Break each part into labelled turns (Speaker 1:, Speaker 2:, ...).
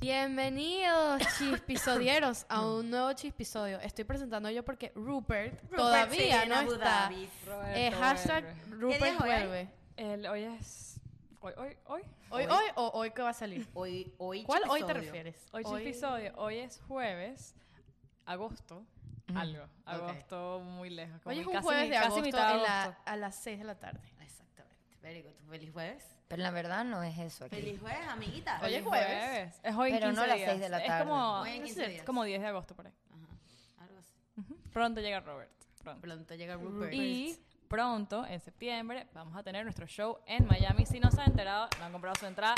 Speaker 1: Bienvenidos, chispisodieros, a un nuevo chispisodio. Estoy presentando yo porque Rupert, todavía
Speaker 2: sigue en
Speaker 1: no
Speaker 2: Abu
Speaker 1: está.
Speaker 2: Dhabi.
Speaker 3: Roberto
Speaker 1: Eh, hashtag
Speaker 3: Berre.
Speaker 2: día
Speaker 1: Rupert
Speaker 2: es hoy?
Speaker 1: vuelve.
Speaker 3: El, hoy es. Hoy, hoy, hoy.
Speaker 1: ¿Hoy, hoy o hoy que va a salir?
Speaker 2: Hoy, hoy
Speaker 1: ¿Cuál hoy te
Speaker 2: episodio.
Speaker 1: refieres?
Speaker 3: Hoy, episodio. Hoy es jueves, agosto. Algo. Agosto muy lejos. como
Speaker 1: Hoy es un
Speaker 3: casi
Speaker 1: jueves
Speaker 3: mi-
Speaker 1: de
Speaker 3: casi
Speaker 1: agosto,
Speaker 3: mitad de
Speaker 1: en la-
Speaker 3: agosto.
Speaker 1: a las 6 de la tarde.
Speaker 2: Exactamente. Very good. Feliz jueves.
Speaker 4: Pero la verdad no es eso aquí.
Speaker 2: Feliz jueves, amiguita.
Speaker 1: Hoy
Speaker 3: Hoy
Speaker 1: es
Speaker 3: es
Speaker 1: jueves.
Speaker 3: Es hoy en
Speaker 4: Pero no
Speaker 3: 15
Speaker 4: a las
Speaker 3: días.
Speaker 4: seis de la
Speaker 3: Es
Speaker 4: tarde.
Speaker 3: como,
Speaker 2: Hoy en 15 días.
Speaker 3: como 10 de agosto por ahí.
Speaker 2: Ajá. Algo así.
Speaker 3: Pronto llega Robert. Pronto.
Speaker 2: Pronto
Speaker 1: Mm.
Speaker 2: llega Rupert.
Speaker 3: Y pronto, en septiembre, vamos a tener nuestro show en Miami. Si no se han enterado, no han comprado su entrada.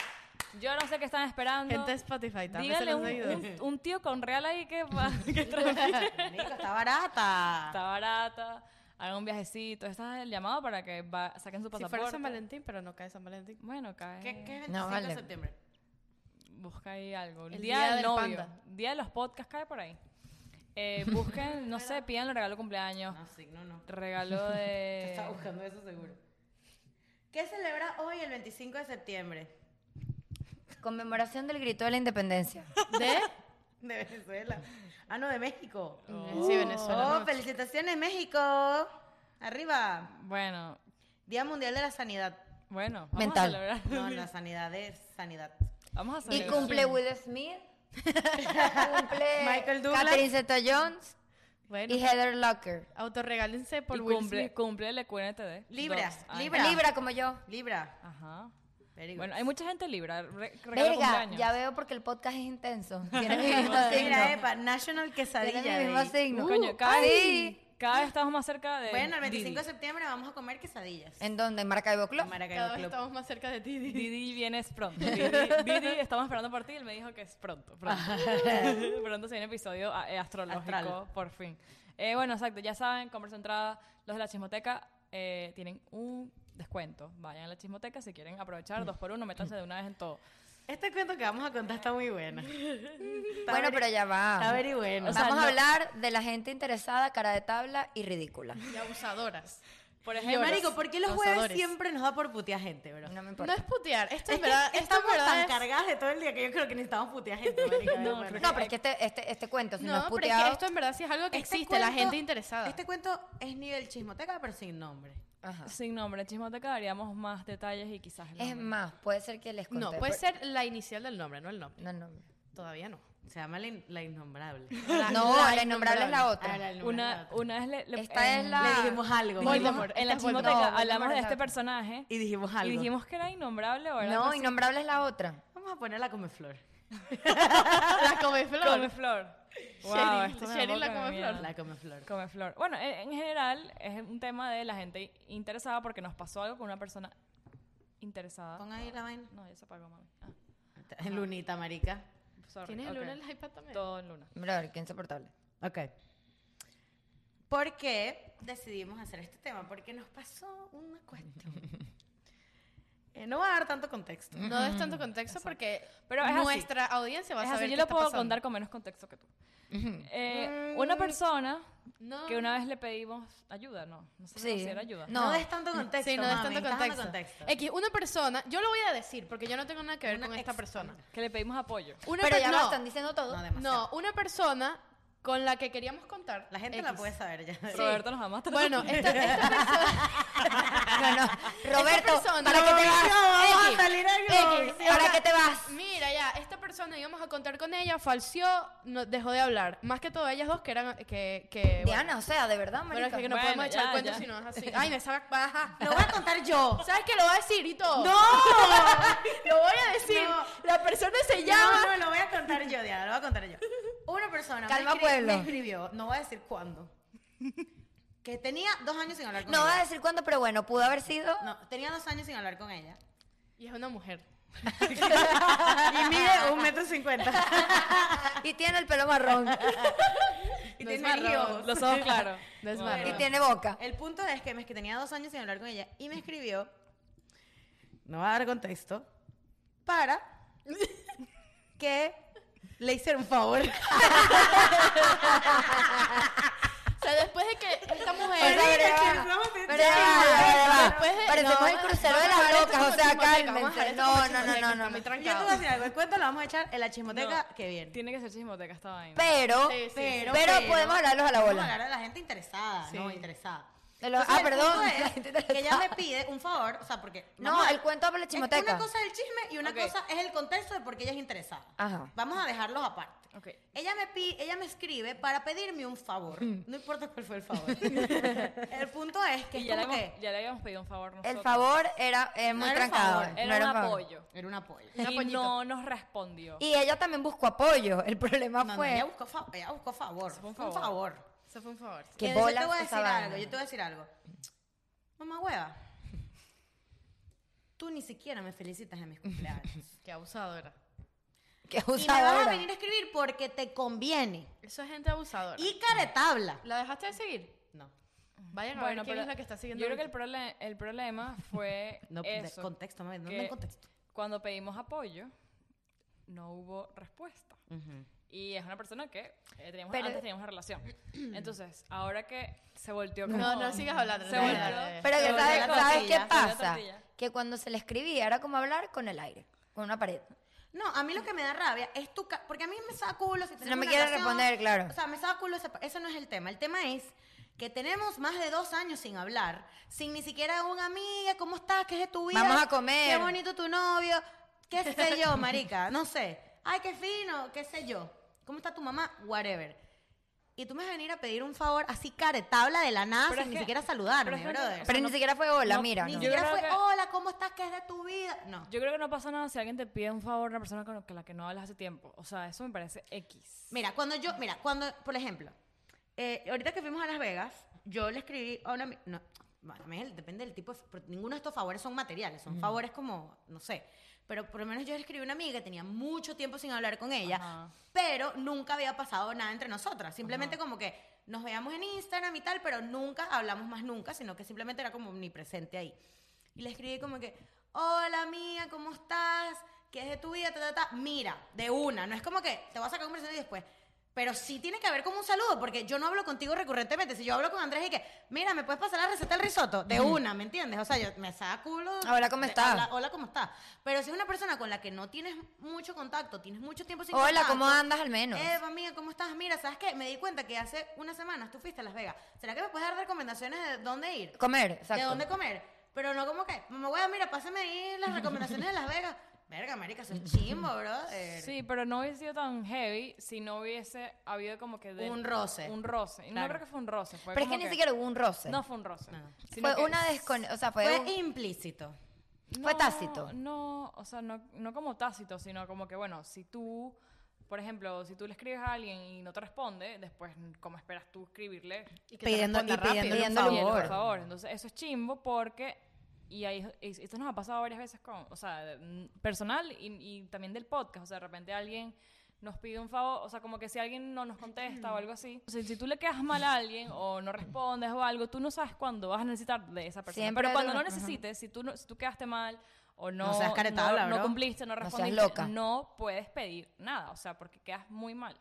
Speaker 3: Yo no sé qué están esperando.
Speaker 1: Gente de Spotify también se
Speaker 3: Díganle
Speaker 1: los
Speaker 3: un,
Speaker 1: seguidores.
Speaker 3: un- un tío con real ahí que, va- que trabaje.
Speaker 2: Marico, está barata.
Speaker 3: está barata, hagan un viajecito. Este es el llamado para que va- saquen su
Speaker 1: Si
Speaker 3: pasaporte.
Speaker 1: fuera San Valentín, pero no cae San Valentín.
Speaker 3: Bueno, cae.
Speaker 2: ¿Qué, qué es 25
Speaker 4: No,
Speaker 2: de
Speaker 4: vale.
Speaker 2: septiembre?
Speaker 3: Busca ahí algo. El
Speaker 1: El
Speaker 3: día,
Speaker 1: día
Speaker 3: del,
Speaker 1: del
Speaker 3: novio.
Speaker 1: panda.
Speaker 3: Día de los podcasts cae por ahí. Eh, busquen, no sé, pidan regalo de cumpleaños.
Speaker 2: No, sí, no, no.
Speaker 3: Regalo
Speaker 1: Eh.
Speaker 3: de.
Speaker 2: Estaba buscando eso seguro. ¿Qué celebra hoy el 25 de septiembre?
Speaker 4: Conmemoración del grito de la independencia.
Speaker 1: ¿De?
Speaker 2: De Venezuela. Ah, no, de México.
Speaker 1: Eh, Sí, Venezuela.
Speaker 2: Oh,
Speaker 1: no.
Speaker 2: felicitaciones, México. Arriba.
Speaker 3: Bueno,
Speaker 2: Día Mundial de la Sanidad.
Speaker 3: bueno. Vamos
Speaker 4: Mental.
Speaker 3: a celebrar.
Speaker 2: No, la sanidad es sanidad.
Speaker 3: Vamos a
Speaker 4: Y
Speaker 3: celebrar.
Speaker 4: cumple Will Smith. cumple
Speaker 2: Michael Douglas.
Speaker 4: Catherine Zeta-Jones
Speaker 1: Bueno,
Speaker 4: y Heather Locker.
Speaker 1: autorregálense por
Speaker 3: Y
Speaker 1: Will
Speaker 3: cumple,
Speaker 1: Smith.
Speaker 3: cumple el QNTD.
Speaker 2: Libra,
Speaker 3: Dos años.
Speaker 2: Libra.
Speaker 4: Libra como yo.
Speaker 2: Libra.
Speaker 3: Ajá.
Speaker 2: Very good.
Speaker 3: Bueno, hay mucha gente Libra. Re- regalo de
Speaker 4: Verga,
Speaker 3: cumpleaños.
Speaker 4: ya veo porque el podcast es intenso. Tiene mi mismo
Speaker 2: Mira, eh,
Speaker 4: signo.
Speaker 2: epa, National Quesadilla.
Speaker 4: Tiene mi mismo
Speaker 2: Day.
Speaker 4: signo. Uh,
Speaker 3: Coño, cada, vez-
Speaker 4: sí.
Speaker 3: Uh, cada vez estamos más cerca de.
Speaker 2: Bueno, el 25
Speaker 3: Didi.
Speaker 2: de septiembre vamos a comer quesadillas.
Speaker 4: ¿En dónde? ¿En Maracaibo Club?
Speaker 2: En Maracaibo
Speaker 1: Cada vez
Speaker 2: Club.
Speaker 1: estamos más cerca de ti. Didi.
Speaker 3: Didi vienes pronto. Didi, Didi, estamos esperando por ti. Él me dijo que es pronto. Pronto, pronto se viene episodio ah, eh, astrológico,
Speaker 2: Astral.
Speaker 3: por fin. Eh, bueno, exacto. Ya saben, comercio entrada. Los de la chismoteca eh, tienen un descuento. Vayan a la chismoteca si quieren aprovechar. Dos por uno, métanse de una vez en todo.
Speaker 2: Este cuento que vamos a contar está muy buena. Está
Speaker 4: Bueno,
Speaker 2: very-
Speaker 4: pero ya
Speaker 2: Está
Speaker 4: va.
Speaker 2: very bueno.
Speaker 3: O sea,
Speaker 4: Vamos
Speaker 3: no-
Speaker 4: a hablar de la gente interesada, cara de tabla y ridícula.
Speaker 1: Y abusadoras.
Speaker 3: Por
Speaker 2: Ay,
Speaker 3: ejemplo,
Speaker 2: marico, ¿por qué los jueves
Speaker 1: Abusadores.
Speaker 2: siempre nos da por putear gente, bro?
Speaker 4: No me
Speaker 1: No
Speaker 4: importa.
Speaker 1: es putear. Esto
Speaker 2: Es
Speaker 1: en
Speaker 2: que
Speaker 1: verdad, esto en
Speaker 2: estamos
Speaker 1: verdad
Speaker 2: tan
Speaker 1: es-
Speaker 2: cargadas de todo el día que yo creo que necesitamos putear gente, marico. de
Speaker 3: No,
Speaker 2: verdad.
Speaker 3: creo
Speaker 4: No, pero es que este, este, este cuento, si no, es
Speaker 1: No, pero es
Speaker 4: puteado...
Speaker 1: que esto en verdad sí es algo que
Speaker 2: Este
Speaker 1: existe, la
Speaker 2: cuento-
Speaker 1: gente interesada.
Speaker 2: Este cuento es nivel chismoteca, pero sin nombre.
Speaker 4: Ajá.
Speaker 3: sin nombre, chismoteca daríamos más detalles y quizás. el
Speaker 4: Es
Speaker 3: nombre.
Speaker 4: más, puede ser que les conté. pues.
Speaker 1: no, puede ser la inicial del nombre, no el nombre.
Speaker 4: No, el nombre.
Speaker 1: Todavía no.
Speaker 2: Se llama la, in- la innombrable.
Speaker 4: No, la, innombrable es la
Speaker 2: Ah,
Speaker 4: otra.
Speaker 2: la innombrable.
Speaker 3: Una, una vez le, le- eh,
Speaker 4: Esta es la-
Speaker 2: Le dijimos algo.
Speaker 3: dijimos-
Speaker 1: Voldemort,
Speaker 3: en la
Speaker 1: esta es Voldemort.
Speaker 3: chismoteca
Speaker 4: No,
Speaker 3: hablamos
Speaker 4: Voldemort
Speaker 3: de
Speaker 4: es
Speaker 3: este
Speaker 4: la-
Speaker 3: personaje
Speaker 2: Y dijimos algo.
Speaker 3: y dijimos que era innombrable o era algo
Speaker 4: No,
Speaker 3: así.
Speaker 4: innombrable es la otra.
Speaker 2: Vamos a ponerla como flor.
Speaker 1: la come
Speaker 3: Come
Speaker 1: flor.
Speaker 3: flor. Wow, este
Speaker 1: Sheryl-
Speaker 3: esto me da
Speaker 1: Sheryl la
Speaker 3: poca
Speaker 1: come
Speaker 3: miedo.
Speaker 1: flor.
Speaker 2: La come flor.
Speaker 3: Come flor. Bueno, e, en, en general es un tema de la gente interesada porque nos pasó algo con una persona interesada.
Speaker 2: Pon ahí la vaina.
Speaker 3: No, ya se apagó, mami. Ah,
Speaker 2: Lunita, marica.
Speaker 3: sorry.
Speaker 1: ¿Tienes el
Speaker 3: Ok.
Speaker 1: luna en el iPad también?
Speaker 3: Todo en luna.
Speaker 4: Brother, qué insoportable.
Speaker 2: Ok. ¿Por qué decidimos hacer este tema? Porque nos pasó una cuestión. Eh, no va a dar tanto contexto.
Speaker 1: No des tanto contexto porque
Speaker 3: Pero es así.
Speaker 1: nuestra audiencia va a
Speaker 3: Es
Speaker 1: saber
Speaker 3: así, yo
Speaker 1: qué
Speaker 3: lo
Speaker 1: está
Speaker 3: puedo
Speaker 1: pasando.
Speaker 3: contar con menos contexto que tú. Eh, una persona
Speaker 1: No.
Speaker 3: que una vez le pedimos ayuda, no, no sé si
Speaker 4: Sí.
Speaker 3: era ayuda.
Speaker 2: No,
Speaker 4: No.
Speaker 2: des tanto contexto.
Speaker 1: Sí, no des
Speaker 2: mami,
Speaker 1: tanto
Speaker 2: estás dando
Speaker 1: contexto. X, una persona, yo lo voy a decir porque yo no tengo nada que ver
Speaker 2: Una
Speaker 1: con esta
Speaker 2: ex-
Speaker 1: persona.
Speaker 3: Que le pedimos apoyo.
Speaker 1: Una
Speaker 4: Pero
Speaker 1: per-
Speaker 4: ya
Speaker 1: no,
Speaker 4: me están diciendo todo.
Speaker 2: No, demasiado.
Speaker 1: no, una persona con la que queríamos contar.
Speaker 2: La gente
Speaker 1: X.
Speaker 2: la puede saber ya.
Speaker 3: Roberto nos ama tanto.
Speaker 1: Bueno, esta, esta persona.
Speaker 4: No, no. Roberto,
Speaker 1: persona-
Speaker 4: ¿para qué te vas?
Speaker 2: No, vamos a
Speaker 4: X,
Speaker 2: salir a
Speaker 4: X,
Speaker 2: Globovisión.
Speaker 4: ¿Para qué te vas?
Speaker 1: Mira, ya, esta persona íbamos a contar con ella, falció, no, dejó de hablar. Más que todo ellas dos que eran. Que, que, bueno.
Speaker 4: Diana, o sea, de verdad,
Speaker 1: Bueno, es
Speaker 4: marica.
Speaker 1: que no
Speaker 3: Bueno,
Speaker 1: podemos echar
Speaker 3: ya,
Speaker 1: cuentos
Speaker 3: ya.
Speaker 1: si no es así. Ay, me sabe baja.
Speaker 2: Lo voy a contar yo.
Speaker 1: ¿Sabes qué? Lo voy a decir y todo.
Speaker 2: ¡No!
Speaker 1: Lo voy a decir.
Speaker 2: No.
Speaker 1: La persona se llama.
Speaker 2: No, no, lo voy a contar yo, Diana, lo voy a contar yo. Una persona me
Speaker 4: Calma,
Speaker 2: escri- me,
Speaker 4: pueblo.
Speaker 2: escribió, no voy a decir cuándo, que tenía dos años sin hablar con
Speaker 4: No voy a
Speaker 2: ella.
Speaker 4: decir cuándo, pero bueno, pudo haber sido.
Speaker 2: No, tenía dos años sin hablar con ella.
Speaker 1: Y es una mujer.
Speaker 2: Y mide un metro cincuenta.
Speaker 4: Y tiene el pelo marrón.
Speaker 2: Y
Speaker 1: No es
Speaker 2: tiene
Speaker 1: marrón,
Speaker 2: hijos.
Speaker 3: los ojos claros.
Speaker 1: No es
Speaker 3: Bueno.
Speaker 1: malo.
Speaker 4: y tiene boca.
Speaker 2: El punto es que, me- que tenía dos años sin hablar con ella y me escribió, no va a dar contexto, para que le hiciera un favor.
Speaker 1: O sea, después de que esta
Speaker 4: O sea,
Speaker 1: mujer...
Speaker 2: Pero
Speaker 4: pero ya
Speaker 2: que
Speaker 4: va,
Speaker 2: vamos a-
Speaker 4: pero ya
Speaker 1: Sí,
Speaker 4: va, ya va, ya va.
Speaker 1: después de-
Speaker 4: Parecemos
Speaker 1: no,
Speaker 4: el crucero de
Speaker 1: vamos a
Speaker 4: las
Speaker 1: dejar esto
Speaker 4: locas, o
Speaker 1: como
Speaker 4: sea,
Speaker 1: chismoteca, vamos a dejar
Speaker 4: cálmense.
Speaker 1: esto como
Speaker 4: No, no, no,
Speaker 1: chismoteca,
Speaker 4: no,
Speaker 1: está
Speaker 4: no.
Speaker 1: muy
Speaker 2: Yo te voy
Speaker 4: no.
Speaker 2: a
Speaker 1: trancado.
Speaker 2: decir algo. El cuento lo vamos a echar en la chismoteca
Speaker 3: No.
Speaker 2: que viene.
Speaker 3: Tiene que ser chismoteca esta vaina.
Speaker 4: Pero,
Speaker 1: Sí, sí.
Speaker 4: pero, podemos hablarlos a
Speaker 2: Vamos
Speaker 4: la
Speaker 2: a
Speaker 4: bola.
Speaker 2: hablar a la gente interesada,
Speaker 3: Sí.
Speaker 2: no interesada.
Speaker 4: De los-
Speaker 2: Entonces,
Speaker 4: ah,
Speaker 2: el
Speaker 4: perdón,
Speaker 2: punto es
Speaker 4: la gente interesada.
Speaker 2: que ella me pide un favor, o sea, porque...
Speaker 4: No,
Speaker 2: vamos a-
Speaker 4: el cuento habla de
Speaker 2: es-
Speaker 4: chismoteca.
Speaker 2: Una cosa es el chisme y una
Speaker 3: Ok.
Speaker 2: cosa es el contexto de por qué ella es interesada.
Speaker 4: Ajá.
Speaker 2: Vamos a dejarlos aparte.
Speaker 3: Ok.
Speaker 2: Ella me, pi- ella me escribe para pedirme un favor. No importa cuál fue el favor. el punto es que
Speaker 3: Y
Speaker 2: es
Speaker 3: ya le,
Speaker 2: como
Speaker 3: hemos-
Speaker 2: que
Speaker 3: ya le habíamos pedido un favor nosotros.
Speaker 4: El favor era eh, muy
Speaker 2: No era un
Speaker 4: trancado.
Speaker 2: favor,
Speaker 4: no
Speaker 3: Era
Speaker 4: era
Speaker 3: un
Speaker 4: favor.
Speaker 3: apoyo.
Speaker 2: era un apoyo.
Speaker 1: Un
Speaker 3: Y
Speaker 1: apoyito.
Speaker 3: no nos respondió.
Speaker 4: Y ella también buscó apoyo. El problema
Speaker 2: No, no,
Speaker 4: fue.
Speaker 2: ella, buscó fa- ella buscó favor.
Speaker 3: Fue un
Speaker 2: Fue un
Speaker 3: favor.
Speaker 2: favor.
Speaker 1: Eso fue un favor. sí.
Speaker 4: Qué
Speaker 2: Eh,
Speaker 4: bolas
Speaker 2: yo te voy a
Speaker 4: esa
Speaker 2: decir
Speaker 4: vaina.
Speaker 2: algo, yo te voy a decir algo. Mamá hueva. Tú ni siquiera me felicitas en mis cumpleaños.
Speaker 1: Qué abusadora.
Speaker 4: que
Speaker 2: y me vas a
Speaker 4: abusadora.
Speaker 2: venir a escribir porque te conviene.
Speaker 1: Eso es gente abusadora.
Speaker 2: Y caretabla.
Speaker 1: ¿La dejaste de seguir?
Speaker 2: No.
Speaker 1: Vayan a ver quién
Speaker 3: pero
Speaker 1: es la que está siguiendo.
Speaker 3: Yo creo que el,
Speaker 1: ahorita.
Speaker 3: prole- el problema fue
Speaker 2: No, de
Speaker 3: eso.
Speaker 2: contexto, mami, no
Speaker 3: que
Speaker 2: me contexto.
Speaker 3: Cuando pedimos apoyo, no hubo respuesta. Y es una persona que eh, teníamos,
Speaker 4: Pero-
Speaker 3: antes teníamos una relación. Entonces, ahora que se volteó como...
Speaker 1: No, no sigas hablando. no
Speaker 3: Se
Speaker 1: sigas
Speaker 3: volvió.
Speaker 1: hablando.
Speaker 4: Pero
Speaker 3: Se
Speaker 4: que
Speaker 3: volvió
Speaker 4: sabes,
Speaker 3: la
Speaker 4: ¿sabes
Speaker 2: tortilla,
Speaker 4: qué
Speaker 3: se volvió la
Speaker 4: pasa?
Speaker 3: tortilla.
Speaker 4: Que cuando se le escribía era como hablar con el aire, con una pared.
Speaker 2: No, a mí lo que me da rabia es tu... ca- Porque a mí me saca culo si tenemos
Speaker 4: me
Speaker 2: una
Speaker 4: quieres
Speaker 2: relación.
Speaker 4: responder, claro.
Speaker 2: O sea, me saca culo... esa pa- Eso no es el tema. El tema es que tenemos más de dos años sin hablar. Sin ni siquiera una amiga. ¿Cómo estás? ¿Qué es de tu vida?
Speaker 4: Vamos a comer.
Speaker 2: Qué bonito tu novio. Qué sé yo, marica. No sé. Ay, qué fino. Qué sé yo. ¿Cómo está tu mamá? Whatever. Y tú me vas a venir a pedir un favor así caretabla de la nada
Speaker 3: Pero
Speaker 2: sin
Speaker 3: es
Speaker 2: ni
Speaker 3: que-
Speaker 2: siquiera
Speaker 3: pero es
Speaker 2: saludarme,
Speaker 3: que-
Speaker 2: brother.
Speaker 4: Pero
Speaker 3: no-
Speaker 4: ni siquiera fue hola,
Speaker 3: no,
Speaker 4: mira.
Speaker 2: ni
Speaker 4: no.
Speaker 3: yo-
Speaker 2: siquiera
Speaker 3: creo
Speaker 2: fue,
Speaker 3: que-
Speaker 2: hola, ¿cómo estás? ¿Qué es de tu vida? No.
Speaker 3: Yo creo que no pasa nada si alguien te pide un favor a una persona con, con la que no hablas hace tiempo. O sea, eso me parece X.
Speaker 2: Mira, cuando yo, mira, cuando, por ejemplo, eh, ahorita que fuimos a Las Vegas, yo le escribí a una, ami- no, bueno, también el- depende del tipo, de, pero ninguno de estos favores son materiales, son favores como, no sé, pero por lo menos yo le escribí a una amiga que tenía mucho tiempo sin hablar con ella,
Speaker 3: Ajá.
Speaker 2: pero nunca había pasado nada entre nosotras, simplemente como que nos veíamos en Instagram y tal, pero nunca hablamos más nunca, sino que simplemente era como omnipresente ahí. Y le escribí como que, hola amiga, ¿cómo estás? ¿Qué es de tu vida? Ta, ta, ta. Mira, de una. No es como que te vas a sacar conversación y después. Pero sí tiene que haber como un saludo, porque yo no hablo contigo recurrentemente. Si yo hablo con Andrés y que, mira, ¿me puedes pasar la receta del risotto? De una, ¿me entiendes? O sea, yo me saca culo.
Speaker 4: Hola, ¿cómo
Speaker 2: de-
Speaker 4: estás?
Speaker 2: Hola, hola, ¿cómo estás? Pero si es una persona con la que no tienes mucho contacto, tienes mucho tiempo sin
Speaker 4: Hola,
Speaker 2: contacto,
Speaker 4: ¿cómo andas al menos?
Speaker 2: Eva, amiga, ¿cómo estás? Mira, ¿sabes qué? Me di cuenta que hace unas semanas tú fuiste a Las Vegas. ¿Será que me puedes dar recomendaciones de dónde ir?
Speaker 4: Comer, exacto.
Speaker 2: ¿De dónde comer? Pero no como que, mamá, wea, mira, pásame ahí las recomendaciones de Las Vegas. Verga, marica, eso es chimbo, bro.
Speaker 3: Sí, pero no hubiese sido tan heavy si no hubiese habido como que... del-
Speaker 2: Un roce.
Speaker 3: Un roce. Y No
Speaker 2: Claro.
Speaker 3: creo que fue un roce. Fue
Speaker 4: Pero es
Speaker 3: como
Speaker 4: que ni siquiera hubo un roce.
Speaker 3: No fue un roce.
Speaker 2: No.
Speaker 3: sino
Speaker 4: fue
Speaker 3: que-
Speaker 4: una desconexión. O sea, fue,
Speaker 2: Fue
Speaker 4: un-
Speaker 2: implícito.
Speaker 4: Fue
Speaker 3: No,
Speaker 4: tácito.
Speaker 3: No, o sea, no, no como tácito, sino como que, bueno, si tú, por ejemplo, si tú le escribes a alguien y no te responde, después, ¿cómo esperas tú escribirle?
Speaker 1: Y que te
Speaker 2: Pidiendo-
Speaker 1: responda
Speaker 2: y
Speaker 1: rápido.
Speaker 2: pidiéndole un
Speaker 4: Pidiéndole un
Speaker 3: Bien,
Speaker 4: favor.
Speaker 3: por favor. Entonces, eso es chimbo porque, y ahí, y esto nos ha pasado varias veces con, o sea, de- mm, personal y, y también del podcast, o sea, de repente alguien nos pide un favor, o sea, como que si alguien no nos contesta o algo así. O sea, si tú le quedas mal a alguien o no respondes o algo, tú no sabes cuándo vas a necesitar de esa persona.
Speaker 4: Siempre
Speaker 3: Pero
Speaker 4: hay
Speaker 3: cuando no
Speaker 4: alguna- ajá.
Speaker 3: necesites, si tú, no, si tú quedaste mal o no,
Speaker 2: No seas caretabla,
Speaker 3: no, no
Speaker 2: bro.
Speaker 3: cumpliste, no
Speaker 4: seas
Speaker 3: respondiste,
Speaker 4: loca.
Speaker 3: no puedes pedir nada, o sea, porque quedas muy mal.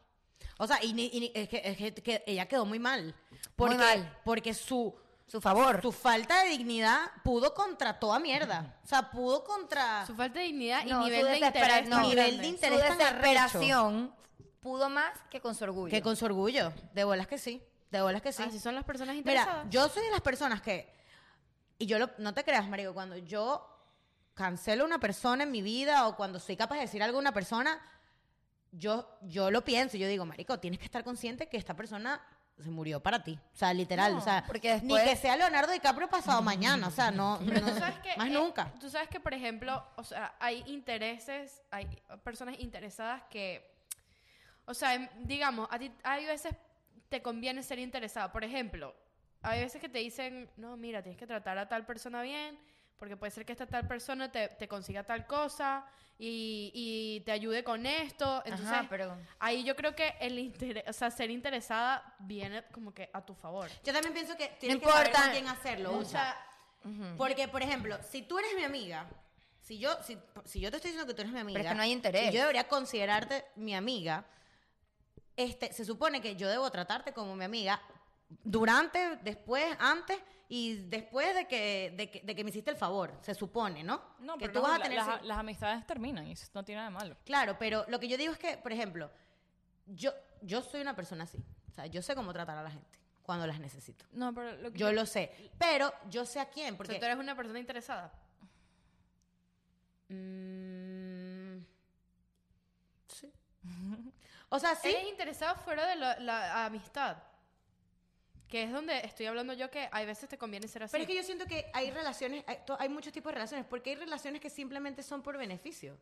Speaker 2: O sea, y, ni- y ni- es, que, es que- que ella quedó muy mal. Porque,
Speaker 4: mal.
Speaker 2: Porque su,
Speaker 4: su favor.
Speaker 2: su falta de dignidad pudo contra toda mierda. O sea, pudo contra...
Speaker 1: Su falta de dignidad y
Speaker 4: No,
Speaker 1: nivel
Speaker 4: su
Speaker 1: de
Speaker 4: desespera-
Speaker 1: interés.
Speaker 4: no.
Speaker 1: tan
Speaker 2: Nivel
Speaker 1: grande.
Speaker 2: de
Speaker 4: su
Speaker 2: interés tan arrecho.
Speaker 4: desesperación pudo más que con su orgullo.
Speaker 2: Que con su orgullo. De bolas que sí. De bolas que sí.
Speaker 1: Así son las personas interesadas.
Speaker 2: Mira, yo soy de las personas que. Y yo lo- no te creas, marico, cuando yo cancelo una persona en mi vida o cuando soy capaz de decir algo a una persona, yo, yo lo pienso. Yo digo, marico, tienes que estar consciente que esta persona se murió para ti. O sea, literal. o sea,
Speaker 4: porque
Speaker 2: ni
Speaker 4: después-
Speaker 2: que sea Leonardo DiCaprio pasado mañana. O sea, no.
Speaker 1: Pero tú
Speaker 2: no-
Speaker 1: sabes que
Speaker 2: más
Speaker 1: eh,
Speaker 2: nunca.
Speaker 1: Tú sabes que, por ejemplo, o sea, hay intereses, hay personas interesadas que, o sea, em- digamos, a ti hay veces te conviene ser interesada. Por ejemplo, hay veces que te dicen, no, mira, tienes que tratar a tal persona bien, porque puede ser que esta tal persona te, te consiga tal cosa y, y te ayude con esto. Entonces,
Speaker 4: Ajá, pero.
Speaker 1: ahí yo creo que el interés, o sea, ser interesada viene como que a tu favor.
Speaker 2: Yo también pienso que tienes que saber
Speaker 4: importa.
Speaker 2: con quién hacerlo.
Speaker 1: O
Speaker 2: O sea,
Speaker 1: sea,
Speaker 2: Porque, por ejemplo, si tú eres mi amiga, si yo, si, si yo te estoy diciendo que tú eres mi amiga,
Speaker 4: Pero es que no hay interés.
Speaker 2: y yo debería considerarte mi amiga, este, se supone que yo debo tratarte como mi amiga, durante, después, antes y después de que, de que, de que me hiciste el favor, se supone, ¿no?
Speaker 3: No,
Speaker 2: que
Speaker 3: pero
Speaker 2: tú
Speaker 3: no,
Speaker 2: vas a
Speaker 3: la-
Speaker 2: tener...
Speaker 3: las,
Speaker 2: se-
Speaker 3: las amistades terminan y eso no tiene nada de malo.
Speaker 2: Claro, pero lo que yo digo es que, por ejemplo, yo, yo soy una persona así. O sea, yo sé cómo tratar a la gente cuando las necesito.
Speaker 3: No, pero lo que
Speaker 2: Yo lo sé. Pero yo sé a quién,
Speaker 1: Porque
Speaker 2: porque...
Speaker 1: tú eres una persona interesada.
Speaker 2: Mm, sí. O sea, sí.
Speaker 1: Eres interesado fuera de la, la amistad. Que es donde estoy hablando yo que hay veces te conviene ser así.
Speaker 2: Pero es que yo siento que hay relaciones, hay, to- hay muchos tipos de relaciones, porque hay relaciones que simplemente son por beneficio.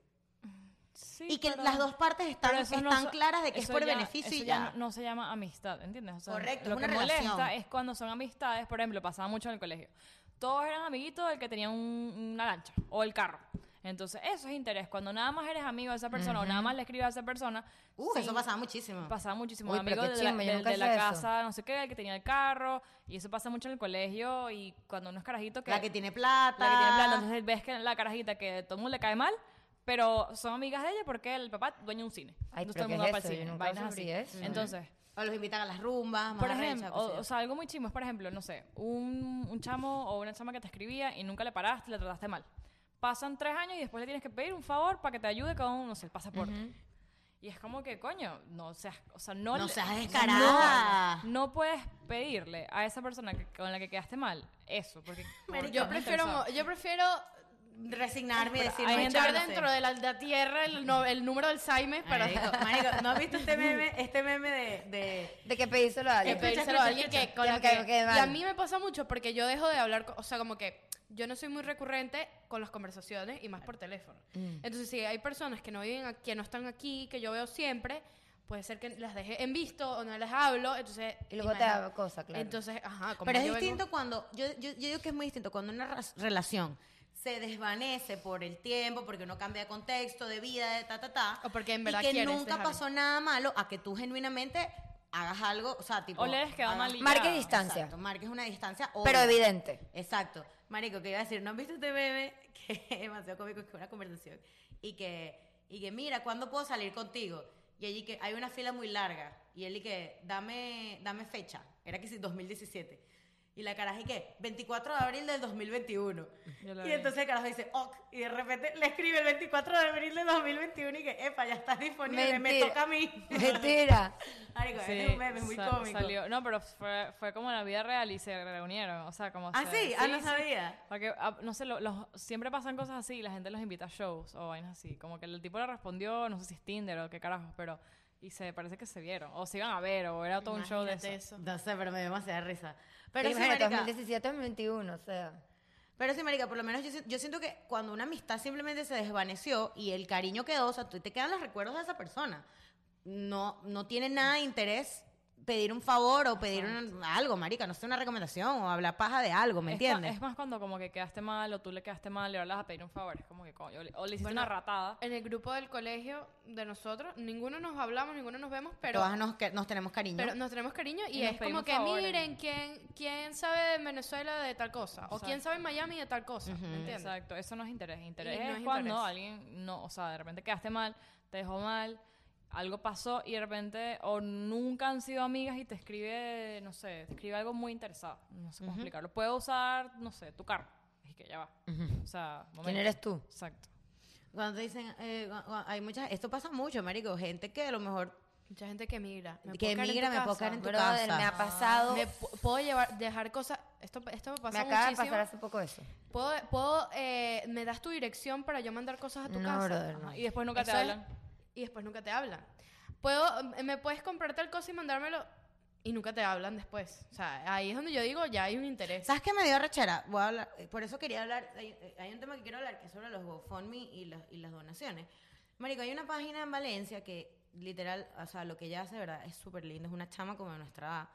Speaker 3: Sí,
Speaker 2: y que
Speaker 3: pero-
Speaker 2: las dos partes están,
Speaker 3: pero eso
Speaker 2: están
Speaker 3: no so-
Speaker 2: claras de que es
Speaker 3: eso
Speaker 2: por
Speaker 3: ya-
Speaker 2: beneficio
Speaker 3: eso
Speaker 2: y ya.
Speaker 3: No, no se llama amistad, ¿entiendes? O sea,
Speaker 2: Correcto,
Speaker 3: Lo
Speaker 2: es una
Speaker 3: que molesta
Speaker 2: relación.
Speaker 3: es cuando son amistades, por ejemplo, pasaba mucho en el colegio. Todos eran amiguitos del que tenía un- una lancha o el carro. Entonces, eso es interés. Cuando nada más eres amigo de esa persona o nada más le escribes a esa persona.
Speaker 2: Uh,
Speaker 3: sí,
Speaker 2: eso pasaba muchísimo.
Speaker 3: Pasaba muchísimo.
Speaker 4: Uy, pero
Speaker 3: amigos
Speaker 4: qué
Speaker 3: de la,
Speaker 4: chimbo, yo
Speaker 3: del-
Speaker 4: nunca
Speaker 3: de la
Speaker 4: hice eso.
Speaker 3: casa, no sé qué, el que tenía el carro. Y eso pasa mucho en el colegio. Y cuando uno es carajito que.
Speaker 2: la que tiene plata.
Speaker 3: La que tiene
Speaker 4: Ah.
Speaker 3: plata. Entonces ves que la carajita que todo el mundo le cae mal, pero son amigas de ella porque el papá dueña un cine.
Speaker 4: Ay,
Speaker 3: Entonces
Speaker 4: pero
Speaker 3: todo el
Speaker 4: ¿qué
Speaker 3: mundo
Speaker 4: es
Speaker 3: va para
Speaker 4: eso?
Speaker 3: el
Speaker 4: Yo
Speaker 3: cine.
Speaker 4: nunca
Speaker 3: vainas
Speaker 4: sufrí
Speaker 3: así.
Speaker 4: eso.
Speaker 3: Entonces,
Speaker 2: O los invitan a las rumbas, más
Speaker 3: por
Speaker 2: arrechas,
Speaker 3: ejemplo,
Speaker 2: qué sé yo.
Speaker 3: o, o sea, algo muy chimo es, por ejemplo, no sé, un, un chamo o una chama que te escribía y nunca le paraste, le trataste mal. Pasan tres años y después le tienes que pedir un favor para que te ayude con, no sé, el pasaporte. Y es como que, coño, no seas, o sea, no,
Speaker 2: No
Speaker 3: le-
Speaker 2: seas
Speaker 3: o sea,
Speaker 2: descarada.
Speaker 3: No, no puedes pedirle a esa persona que- con la que quedaste mal eso, porque porque
Speaker 1: yo
Speaker 3: no te
Speaker 1: prefiero,
Speaker 3: interesaba.
Speaker 1: mo- yo prefiero
Speaker 2: resignarme y decir,
Speaker 3: hay
Speaker 2: no,
Speaker 3: gente
Speaker 1: echar
Speaker 2: chao,
Speaker 3: que
Speaker 2: no sé".
Speaker 1: dentro de la, la tierra el, no- el número de Alzheimer para
Speaker 2: Marico, marico, ¿no has visto este meme, este meme de, de-
Speaker 4: De que pedíselo a
Speaker 1: que
Speaker 4: alguien.
Speaker 1: pedírselo a alguien que con
Speaker 4: Que
Speaker 1: la
Speaker 4: me caiga,
Speaker 1: que-
Speaker 4: que
Speaker 1: y
Speaker 4: mal.
Speaker 1: a mí me pasa mucho porque yo dejo de hablar, co- o sea, como que yo no soy muy recurrente con las conversaciones y más por teléfono.
Speaker 4: Mm.
Speaker 1: Entonces, si hay personas que no viven aquí, que no están aquí, que yo veo siempre, puede ser que las deje en visto o no les hablo, entonces
Speaker 4: Y luego te
Speaker 1: imagina-
Speaker 4: da cosa, claro.
Speaker 1: Entonces, ajá, como
Speaker 2: Pero es
Speaker 1: yo vengo-
Speaker 2: distinto cuando, yo, yo, yo digo que es muy distinto, cuando una ras- relación se desvanece por el tiempo, porque uno cambia de contexto, de vida, de ta, ta, ta.
Speaker 1: O porque en
Speaker 2: y
Speaker 1: verdad
Speaker 2: que
Speaker 1: quieres
Speaker 2: nunca
Speaker 1: dejarlo.
Speaker 2: pasó nada malo a que tú genuinamente hagas algo, o sea, tipo...
Speaker 3: O le hayas quedado
Speaker 2: hagas-
Speaker 3: mal y
Speaker 4: Marque
Speaker 3: ya.
Speaker 4: distancia.
Speaker 2: Exacto, marques una distancia.
Speaker 4: Pero
Speaker 2: obvia.
Speaker 4: evidente.
Speaker 2: Exacto. Marico, que iba a decir, ¿no han visto este meme? Que es demasiado cómico, que es una conversación. Y que, y que mira, ¿cuándo puedo salir contigo? Y allí que hay una fila muy larga. Y él y que, dame, dame fecha. Era que sí, 2017. Y la caraja y que, 24 de abril del 2021.
Speaker 3: Yo la
Speaker 2: Y
Speaker 3: vi.
Speaker 2: entonces el carajo dice, ok. Y de repente le escribe el 24 de abril del 2021 y que, epa, ya estás disponible, me
Speaker 4: Mentira.
Speaker 2: toca a mí.
Speaker 4: Mentira.
Speaker 2: Marico,
Speaker 3: Sí,
Speaker 2: es un meme, es muy
Speaker 3: sa-
Speaker 2: cómico.
Speaker 3: salió- No, pero fue, fue como en la vida real y se reunieron. O sea, como.
Speaker 2: Ah,
Speaker 3: se-
Speaker 2: sí, ah, no sabía.
Speaker 3: Porque, ah, no sé, lo- los, siempre pasan cosas así y la gente los invita a shows o vainas así. Como que el tipo le respondió, no sé si es Tinder o qué carajo, pero. Y se parece que se vieron. O se iban a ver, o era todo un show de eso.
Speaker 1: Imagínate eso.
Speaker 2: No sé, pero me dio demasiada risa. Pero
Speaker 4: Pero
Speaker 2: sí,
Speaker 4: imagínate,
Speaker 2: marica,
Speaker 4: 2017, 2021, o sea.
Speaker 2: pero sí, marica, por lo menos yo, si- yo siento que cuando una amistad simplemente se desvaneció y el cariño quedó, o sea, tú te quedan los recuerdos de esa persona. No, no tiene nada de interés pedir un favor o pedir una- algo, marica, no sé, una recomendación o hablar paja de algo, ¿me
Speaker 3: Es cua-
Speaker 2: entiendes?
Speaker 3: Es, más cuando como que quedaste mal o tú le quedaste mal y ahora le vas a pedir un favor. Es como que coño. O le, o le hiciste
Speaker 1: Bueno,
Speaker 3: una ratada.
Speaker 1: En el grupo del colegio de nosotros, ninguno nos hablamos, ninguno nos vemos, pero
Speaker 2: Todas nos, que- nos tenemos cariño.
Speaker 1: Pero nos tenemos cariño y,
Speaker 3: Y nos
Speaker 1: es como
Speaker 3: pedimos
Speaker 1: que
Speaker 3: favores.
Speaker 1: miren quién quién sabe en Venezuela de tal cosa o quién
Speaker 3: Exacto.
Speaker 1: sabe en Miami de tal cosa, ¿me entiendes?
Speaker 3: Exacto, eso no es interés. Interés
Speaker 1: no
Speaker 3: es,
Speaker 1: es
Speaker 3: cuando
Speaker 1: interés.
Speaker 3: alguien no, o sea, de repente quedaste mal, te dejó mal, algo pasó y de repente o nunca han sido amigas y te escribe, no sé, te escribe algo muy interesado. No sé cómo explicarlo. Puedo usar, no sé, tu carro. Y que ya va. O sea,
Speaker 4: ¿Quién eres tú?
Speaker 3: Exacto.
Speaker 2: Cuando te dicen, eh, gu- gu- hay muchas, esto pasa mucho, marico, gente que a lo mejor
Speaker 1: Mucha gente que emigra, me puedo
Speaker 2: Que
Speaker 1: quedar en
Speaker 2: emigra,
Speaker 1: tu
Speaker 2: me puedo
Speaker 1: casa.
Speaker 2: quedar en tu
Speaker 4: Brother,
Speaker 2: casa.
Speaker 4: me ha pasado.
Speaker 1: Me
Speaker 4: Me,
Speaker 1: pu- puedo llevar dejar cosas, esto esto me pasa
Speaker 4: acaba de
Speaker 1: muchísimo.
Speaker 4: pasar hace poco eso.
Speaker 1: Puedo puedo eh, me das tu dirección para yo mandar cosas a tu
Speaker 4: No,
Speaker 1: casa.
Speaker 4: brother,
Speaker 1: Ajá.
Speaker 4: no.
Speaker 3: Y después nunca te
Speaker 1: Eso es-
Speaker 3: hablan.
Speaker 1: y después nunca te hablan. Puedo mm, me puedes comprar tal cosa y mandármelo y nunca te hablan después. O sea, ahí es donde yo digo, ya hay un interés.
Speaker 2: ¿Sabes qué me dio rechera? Voy a hablar, eh, por eso quería hablar, hay, eh, hay un tema que quiero hablar que es sobre los GoFundMe y, las- y las donaciones. Marico, hay una página en Valencia que literal, o sea, lo que ella hace, ¿verdad? Es súper lindo, es una chama como de nuestra edad,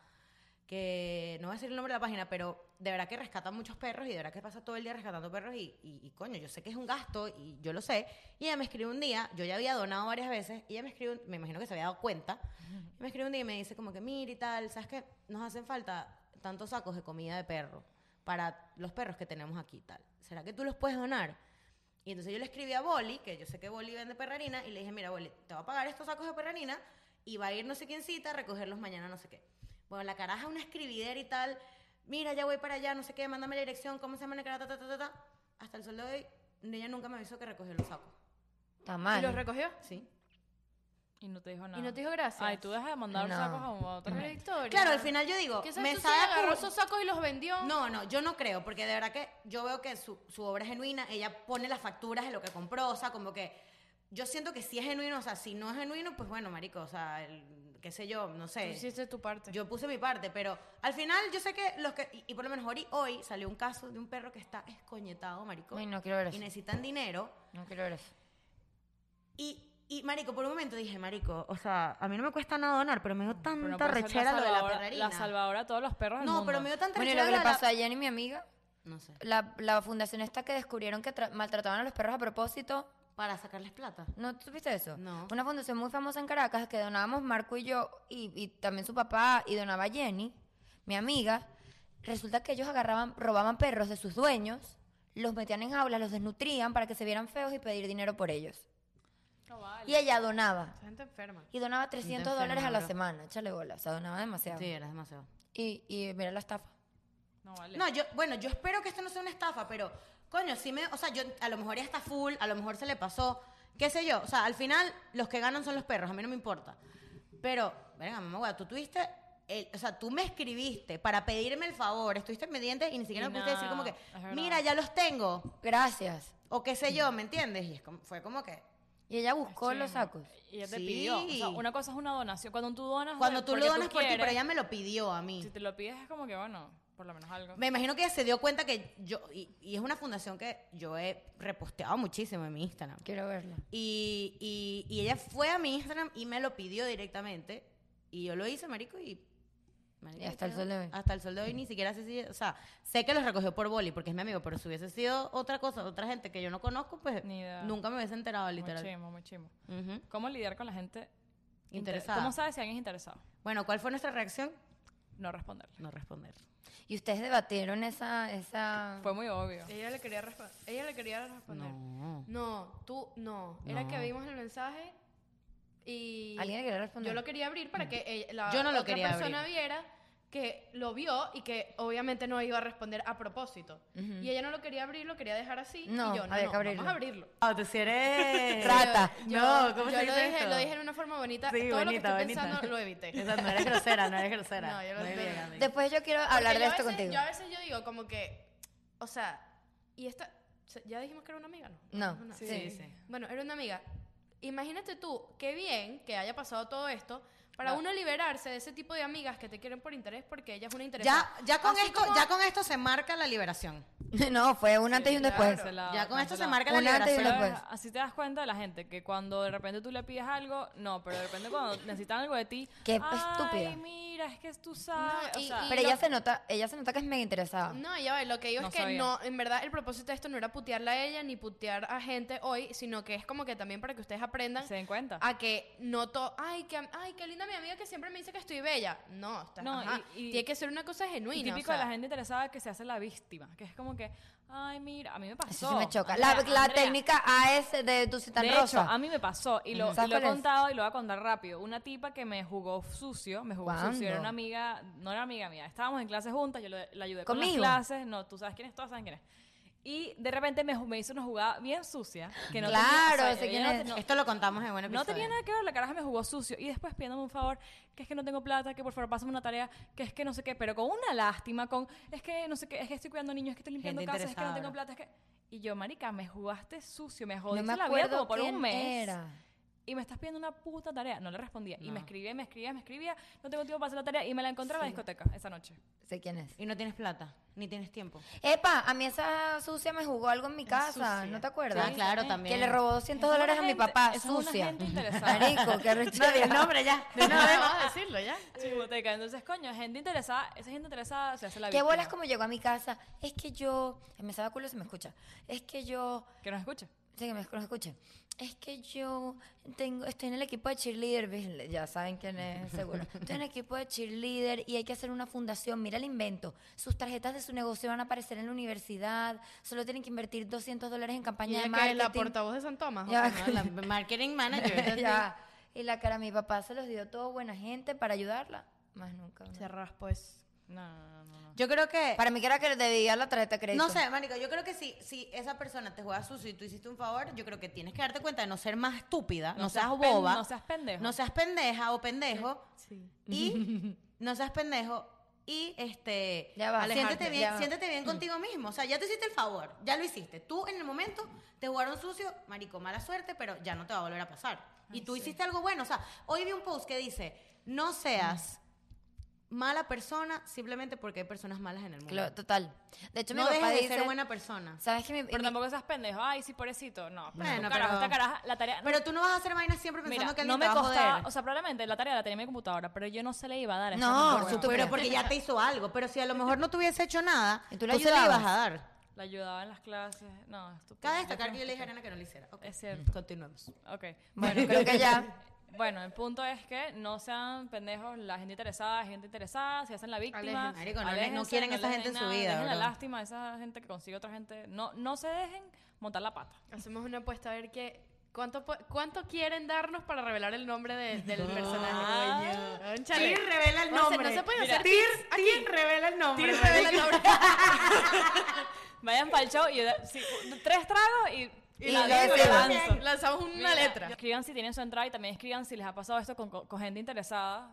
Speaker 2: que no voy a decir el nombre de la página, pero de verdad que rescata muchos perros y de verdad que pasa todo el día rescatando perros y, y- y coño, yo sé que es un gasto y yo lo sé. Y ella me escribe un día, yo ya había donado varias veces, y ella me escribe, un- me imagino que se había dado cuenta, y me escribe un día y me dice como que, mira y tal, ¿sabes qué? Nos hacen falta tantos sacos de comida de perro para los perros que tenemos aquí y tal. ¿Será que tú los puedes donar? Y entonces yo le escribí a Boli, que yo sé que Boli vende perrarina, y le dije, mira, Boli, te voy a pagar estos sacos de perrarina y va a ir no sé quién cita a recogerlos mañana no sé qué. Bueno, la caraja una escribidera y tal. Mira, ya voy para allá, no sé qué, mándame la dirección, cómo se llama la caraja, ta, ta, ta, ta, ta. Hasta el sol de hoy, ella nunca me avisó que recogió los sacos.
Speaker 4: Está
Speaker 1: ¿Y los
Speaker 4: mal.
Speaker 1: recogió?
Speaker 2: Sí.
Speaker 3: Y no te dijo nada.
Speaker 1: ¿Y no te dijo gracias?
Speaker 3: Ay, tú dejas de mandar
Speaker 4: No.
Speaker 3: sacos a otra
Speaker 1: Pero,
Speaker 3: gente.
Speaker 1: Victoria,
Speaker 2: Claro, al final yo digo,
Speaker 1: ¿qué sabes
Speaker 2: me
Speaker 1: tú si ella
Speaker 2: sabe a
Speaker 1: agarró
Speaker 2: culo.
Speaker 1: esos sacos y los vendió?
Speaker 2: No, no, yo no creo, porque de verdad que yo veo que su, su obra es genuina, ella pone las facturas de lo que compró, o sea, como que yo siento que sí es genuino, o sea, si no es genuino, pues bueno, marico, o sea, el- qué sé yo, no
Speaker 1: Tú
Speaker 2: sé.
Speaker 1: hiciste tu parte.
Speaker 2: eh. Yo puse mi parte, pero al final yo sé que los que, y, y por lo menos hoy, hoy salió un caso de un perro que está escoñetado, marico,
Speaker 4: Ay, no quiero ver
Speaker 2: y
Speaker 4: eso.
Speaker 2: necesitan dinero,
Speaker 4: No quiero ver eso.
Speaker 2: y, y, marico, por un momento dije, marico, o sea, a mí no me cuesta nada donar, pero me dio
Speaker 3: Pero no
Speaker 2: tanta
Speaker 3: puede ser
Speaker 2: rechera lo de la
Speaker 3: salvadora-
Speaker 2: perrerina.
Speaker 3: La salvadora de todos los perros del
Speaker 2: no,
Speaker 3: mundo.
Speaker 2: pero me dio tanta
Speaker 4: Bueno, y
Speaker 2: rechera
Speaker 4: lo que le
Speaker 2: de la-
Speaker 4: pasó a Jenny, mi amiga,
Speaker 2: No sé,
Speaker 4: la, la fundación esta que descubrieron que tra- maltrataban a los perros a propósito.
Speaker 2: para sacarles plata.
Speaker 4: ¿No supiste eso?
Speaker 2: No.
Speaker 4: Una fundación muy famosa en Caracas que donábamos Marco y yo, y, y también su papá, y donaba Jenny, mi amiga. Resulta que ellos agarraban, robaban perros de sus dueños, los metían en jaulas, los desnutrían para que se vieran feos y pedir dinero por ellos.
Speaker 3: No vale.
Speaker 4: Y ella donaba.
Speaker 1: Esa gente enferma.
Speaker 4: Y donaba 300
Speaker 2: enferma,
Speaker 4: dólares a la
Speaker 2: bro.
Speaker 4: semana. Échale bola. O sea, donaba demasiado.
Speaker 2: Sí, era demasiado.
Speaker 4: Y, y mira la estafa.
Speaker 3: No vale.
Speaker 2: No, yo, bueno, yo espero que esto no sea una estafa, pero, coño, sí me, o sea, yo, a lo mejor ya está full, a lo mejor se le pasó, qué sé yo, o sea, al final, los que ganan son los perros, a mí no me importa. Pero, venga, mamá, güey, tú tuviste, el- o sea, tú me escribiste para pedirme el favor, estuviste pendiente y ni siquiera
Speaker 3: Y
Speaker 2: me pudiste decir
Speaker 3: nada,
Speaker 2: como que,
Speaker 3: es verdad.
Speaker 2: mira, ya los tengo,
Speaker 4: Gracias.
Speaker 2: o qué sé yo, ¿me entiendes? Y es como- fue como que,
Speaker 4: Y ella buscó los
Speaker 3: Chimbo.
Speaker 4: sacos.
Speaker 3: Y ella te
Speaker 2: Sí.
Speaker 3: pidió. O sea, una cosa es una donación. Cuando tú donas. eh,
Speaker 2: cuando tú lo
Speaker 3: porque
Speaker 2: donas por ti,
Speaker 3: quieres,
Speaker 2: pero ella me lo pidió a mí.
Speaker 3: Si te lo pides, es como que bueno, por lo menos algo.
Speaker 2: Me imagino que ella se dio cuenta que yo, y, y es una fundación que yo he reposteado muchísimo en mi Instagram.
Speaker 4: Quiero verla.
Speaker 2: Y, y- y ella fue a mi Instagram y me lo pidió directamente. Y yo lo hice, marico, y... marico,
Speaker 4: Y hasta el sol de hoy.
Speaker 2: Hasta el sol de hoy ni siquiera sé si... O sea, sé que los recogió por boli porque es mi amigo, pero si hubiese sido otra cosa, otra gente que yo no conozco, pues
Speaker 3: Ni idea.
Speaker 2: nunca me hubiese enterado, literal.
Speaker 3: Muy chimo, muy chimo.
Speaker 2: Ujú.
Speaker 3: ¿Cómo lidiar con la gente inter-
Speaker 2: Interesada.
Speaker 3: ¿Cómo sabes si alguien es interesado?
Speaker 2: Bueno, ¿cuál fue nuestra reacción?
Speaker 3: No responderle.
Speaker 2: No responder.
Speaker 4: Y ustedes debatieron esa... esa...
Speaker 3: Fue muy obvio.
Speaker 1: Ella le quería responder. Ella le quería responder.
Speaker 2: No.
Speaker 1: No, tú no. Era que vimos el mensaje y
Speaker 4: ¿Alguien le quería responder?
Speaker 1: yo lo quería abrir para que ella- la
Speaker 2: Yo no lo
Speaker 1: otra
Speaker 2: quería
Speaker 1: persona
Speaker 2: abrir.
Speaker 1: viera que lo vio y que obviamente no iba a responder a propósito. Y ella no lo quería abrir, lo quería dejar así
Speaker 4: Mm. No,
Speaker 1: y yo no,
Speaker 4: había
Speaker 1: no,
Speaker 4: que abrirlo".
Speaker 1: vamos a abrirlo.
Speaker 2: Ah, tú sí eres... Rata.
Speaker 4: Rata.
Speaker 2: no, ¿cómo
Speaker 1: yo
Speaker 2: se
Speaker 1: lo
Speaker 2: dice
Speaker 1: dije,
Speaker 2: esto?
Speaker 1: lo dije en una forma bonita, todo lo
Speaker 2: Sí,
Speaker 1: que
Speaker 2: bonita,
Speaker 1: estoy
Speaker 2: bonita.
Speaker 1: pensando lo evité.
Speaker 2: Esa no eres grosera, no eres grosera.
Speaker 1: No, yo lo
Speaker 2: Muy
Speaker 1: estoy-
Speaker 2: bien, amiga.
Speaker 4: Después yo quiero hablar
Speaker 1: Porque
Speaker 4: de
Speaker 1: yo a
Speaker 4: esto
Speaker 1: veces-
Speaker 4: contigo.
Speaker 1: Yo a veces yo digo como que, o sea, y esta, se- ya dijimos que era una amiga, ¿no?
Speaker 4: No,
Speaker 1: Una-
Speaker 4: sí.
Speaker 2: Sí, sí.
Speaker 1: Bueno, era una amiga. Imagínate tú, qué bien que haya pasado todo esto para
Speaker 3: Claro.
Speaker 1: uno liberarse de ese tipo de amigas que te quieren por interés porque ella es una interesada.
Speaker 2: Ya, ya, con
Speaker 1: Así
Speaker 2: esto,
Speaker 1: como-
Speaker 2: ya con esto se marca la liberación.
Speaker 4: No, fue un antes y un
Speaker 1: claro.
Speaker 4: después.
Speaker 3: Cancelado,
Speaker 2: ya con esto se
Speaker 3: cancelado.
Speaker 2: marca la
Speaker 4: Un antes y un
Speaker 2: liberación.
Speaker 4: después.
Speaker 3: Pero Así te das cuenta de la gente que cuando de repente tú le pides algo, no, pero de repente cuando necesitan algo de ti,
Speaker 4: Qué
Speaker 3: ay,
Speaker 4: estúpida.
Speaker 3: mira, es que tú sabes,
Speaker 1: No,
Speaker 3: o
Speaker 1: y-
Speaker 3: sea,
Speaker 1: y-
Speaker 4: Pero
Speaker 1: lo-
Speaker 4: ella se nota, ella se nota que es mega interesada.
Speaker 1: No, ya ve, lo que digo
Speaker 3: No
Speaker 1: es que
Speaker 3: sabía.
Speaker 1: no, en verdad el propósito de esto no era putearla a ella ni putear a gente hoy, sino que es como que también para que ustedes aprendan
Speaker 3: se den cuenta.
Speaker 1: a que no to ay que ay qué linda mi amiga que siempre me dice que estoy bella no está
Speaker 3: No,
Speaker 1: ajá,
Speaker 3: y- y-
Speaker 1: tiene que ser una cosa
Speaker 3: Y
Speaker 1: genuina o
Speaker 3: típico de
Speaker 1: sea.
Speaker 3: la gente interesada que se hace la víctima, que es como que, ay, mira, a mí me pasó.
Speaker 4: Eso sí me choca.
Speaker 3: Andrea,
Speaker 4: La, la
Speaker 3: Andrea,
Speaker 4: técnica AS de tu cita
Speaker 3: de
Speaker 4: rosa.
Speaker 3: hecho, a mí me pasó y lo, y lo
Speaker 4: Ujú.
Speaker 3: he
Speaker 4: ¿Sabes cuál es?
Speaker 3: contado y lo voy a contar rápido. Una tipa que me jugó sucio, me jugó sucio, era
Speaker 4: ¿Cuándo?
Speaker 3: una amiga, no era amiga mía, estábamos en clase juntas, yo le- la ayudé con las
Speaker 4: ¿Conmigo?
Speaker 3: clases, no, tú sabes quién es, todas saben quién es. Y de repente me, ju- me hizo una jugada bien sucia. Que no tenía-
Speaker 4: Claro,
Speaker 3: o sea,
Speaker 4: sé
Speaker 3: ella
Speaker 4: quién
Speaker 3: no
Speaker 4: es.
Speaker 3: te- no-
Speaker 2: Esto lo contamos en un episodio.
Speaker 3: no tenía nada que ver, la caraja me jugó sucio. Y después pidiéndome un favor, que es que no tengo plata, que por favor pásame una tarea, que es que no sé qué, pero con una lástima, con es que no sé qué, es que estoy cuidando niños, es que estoy limpiando
Speaker 2: Gente
Speaker 3: casas, es que no
Speaker 2: interesada,
Speaker 3: tengo
Speaker 2: bro.
Speaker 3: plata, es que. Y yo, marica, me jugaste sucio, me
Speaker 4: no
Speaker 3: jodiste
Speaker 4: me
Speaker 3: la vida
Speaker 4: acuerdo
Speaker 3: como por
Speaker 4: quién
Speaker 3: un mes.
Speaker 4: era.
Speaker 3: Y me estás pidiendo una puta tarea. No le respondía. Y
Speaker 2: No.
Speaker 3: me escribía, me escribía, me escribía. No tengo tiempo para hacer la tarea. Y me la encontré en la discoteca esa noche.
Speaker 4: Sé quién es.
Speaker 2: Y no tienes plata, ni tienes tiempo.
Speaker 4: Epa, a mí esa sucia me jugó algo en mi casa.
Speaker 3: sucia.
Speaker 4: ¿No te acuerdas?
Speaker 2: Ah, claro, también.
Speaker 4: Que le robó 200
Speaker 3: Esa es
Speaker 4: dólares a
Speaker 3: una
Speaker 4: mi
Speaker 3: gente-
Speaker 4: papá,
Speaker 3: esa es una
Speaker 4: sucia.
Speaker 3: gente interesada.
Speaker 4: Marico, qué
Speaker 2: No, di
Speaker 4: rechera.
Speaker 2: el nombre ya. De
Speaker 1: no
Speaker 2: una vez.
Speaker 1: vamos a decirlo ya
Speaker 3: Discoteca. Entonces, coño, gente interesada. Esa gente interesada se hace la
Speaker 4: Qué
Speaker 3: víctima.
Speaker 4: bolas como llegó a mi casa. Es que yo, me sabe a culo si me escucha. Es que yo
Speaker 3: Que nos escuche.
Speaker 4: Sí, que me esc- nos escuchen. Es que yo tengo, estoy en el equipo de cheerleader, ¿ves? Le- ya saben quién es, seguro. Estoy en el equipo de cheerleader y hay que hacer una fundación. Mira el invento. Sus tarjetas de su negocio van a aparecer en la universidad. Solo tienen que invertir 200 dólares en
Speaker 1: y
Speaker 4: campaña de
Speaker 1: ella que es
Speaker 4: marketing.
Speaker 1: la portavoz de San Tomás ¿o
Speaker 4: Ya.
Speaker 1: qué?
Speaker 2: No, la marketing manager.
Speaker 4: Ya. Y la cara, mi papá se los dio todo buena gente para ayudarla. Más nunca. ¿no? Eh,
Speaker 1: Cerrás, pues.
Speaker 3: No, no, no, no, no.
Speaker 2: Yo creo que...
Speaker 4: Para mí que era que le debía la tarjeta de crédito.
Speaker 2: No sé, marico, yo creo que si, si esa persona te juega sucio y tú hiciste un favor, yo creo que tienes que darte cuenta de no ser más estúpida, no, seas
Speaker 3: pen-
Speaker 2: boba,
Speaker 3: No seas pendejo.
Speaker 2: no seas pendeja o pendejo
Speaker 1: Sí.
Speaker 2: y no seas pendejo y este
Speaker 4: Ya va,
Speaker 2: siéntete
Speaker 4: alejarte,
Speaker 2: bien,
Speaker 4: ya va.
Speaker 2: siéntete bien contigo mismo, o sea, ya te hiciste el favor, ya lo hiciste. Tú en el momento te jugaron sucio, marico, mala suerte, pero ya no te va a volver a pasar. y tú hiciste algo bueno, o sea, hoy vi un post que dice, "No seas mala persona simplemente porque hay personas malas en el mundo."
Speaker 4: Lo- total. De hecho,
Speaker 2: no
Speaker 4: mi papá
Speaker 2: dejes de
Speaker 4: dice...
Speaker 2: ser buena persona.
Speaker 4: ¿Sabes qué? Mi,
Speaker 3: Pero
Speaker 4: mi-
Speaker 3: tampoco seas pendejo. Ay, sí, pobrecito. No, pero
Speaker 2: Bueno,
Speaker 3: carajo,
Speaker 2: pero-
Speaker 3: esta caraja, la tarea...
Speaker 2: Pero tú no vas a hacer vainas siempre pensando
Speaker 3: Mira,
Speaker 2: que
Speaker 3: no
Speaker 2: alguien
Speaker 3: me
Speaker 2: te va a
Speaker 3: costaba,
Speaker 2: joder.
Speaker 3: o sea, probablemente la tarea la tenía en mi computadora, pero yo no se le iba a dar. a esta
Speaker 4: No,
Speaker 3: mujer,
Speaker 4: por
Speaker 3: weón.
Speaker 4: supuesto.
Speaker 2: pero porque ya te hizo algo. Pero si a lo mejor no te hubiese hecho nada,
Speaker 4: Y
Speaker 2: tú,
Speaker 4: tú le
Speaker 2: se la
Speaker 4: ayudabas.
Speaker 2: ibas a dar.
Speaker 3: La ayudaba en las clases. No, estúpido.
Speaker 2: Cabe destacar
Speaker 3: Yo
Speaker 2: que yo
Speaker 3: creo-
Speaker 2: le dije a Ana que no lo hiciera. Ok.
Speaker 3: Es cierto.
Speaker 2: Continuemos.
Speaker 3: Ok.
Speaker 4: Bueno, creo que ya.
Speaker 3: Bueno, el punto es que no sean pendejos la gente interesada, gente interesada, se hacen la víctima.
Speaker 1: Alejen,
Speaker 2: marico, no le- no
Speaker 3: aléjense,
Speaker 2: quieren esa
Speaker 3: les
Speaker 2: gente
Speaker 3: den
Speaker 2: en su
Speaker 3: nada,
Speaker 2: vida,
Speaker 3: Dejen la
Speaker 2: bro.
Speaker 3: lástima a esa gente que consigue otra gente. No, no se dejen montar la pata.
Speaker 1: Hacemos una apuesta a ver qué. ¿Cuánto, po- ¿Cuánto quieren darnos para revelar el nombre de- del personaje? Un chale.
Speaker 2: revela
Speaker 1: O sea, no se puede hacer tips.
Speaker 2: ¿A quién revela el nombre?
Speaker 1: Tir revela el nombre.
Speaker 3: Vayan para el show y da- sí, tres tragos y,
Speaker 4: Y
Speaker 3: la
Speaker 4: lo
Speaker 3: dejo y
Speaker 4: decimos.
Speaker 3: lanzo.
Speaker 1: Lanzamos una
Speaker 3: Mira,
Speaker 1: letra.
Speaker 3: Escriban si tienen su entrada y también escriban si les ha pasado esto con, con- con gente interesada.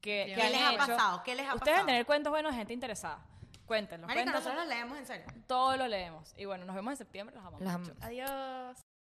Speaker 3: Que,
Speaker 1: ¿Qué
Speaker 3: que han
Speaker 2: les ha
Speaker 3: hecho.
Speaker 2: pasado? ¿Qué les ha
Speaker 3: Ustedes
Speaker 2: pasado?
Speaker 3: van a tener cuentos buenos de gente interesada. Cuéntenlo.
Speaker 2: Marico,
Speaker 3: cuéntenlo.
Speaker 2: nosotros lo leemos en serio.
Speaker 3: Todo lo leemos. Y bueno, nos vemos en septiembre. Los amamos.
Speaker 4: Las-
Speaker 3: mucho.
Speaker 1: Adiós.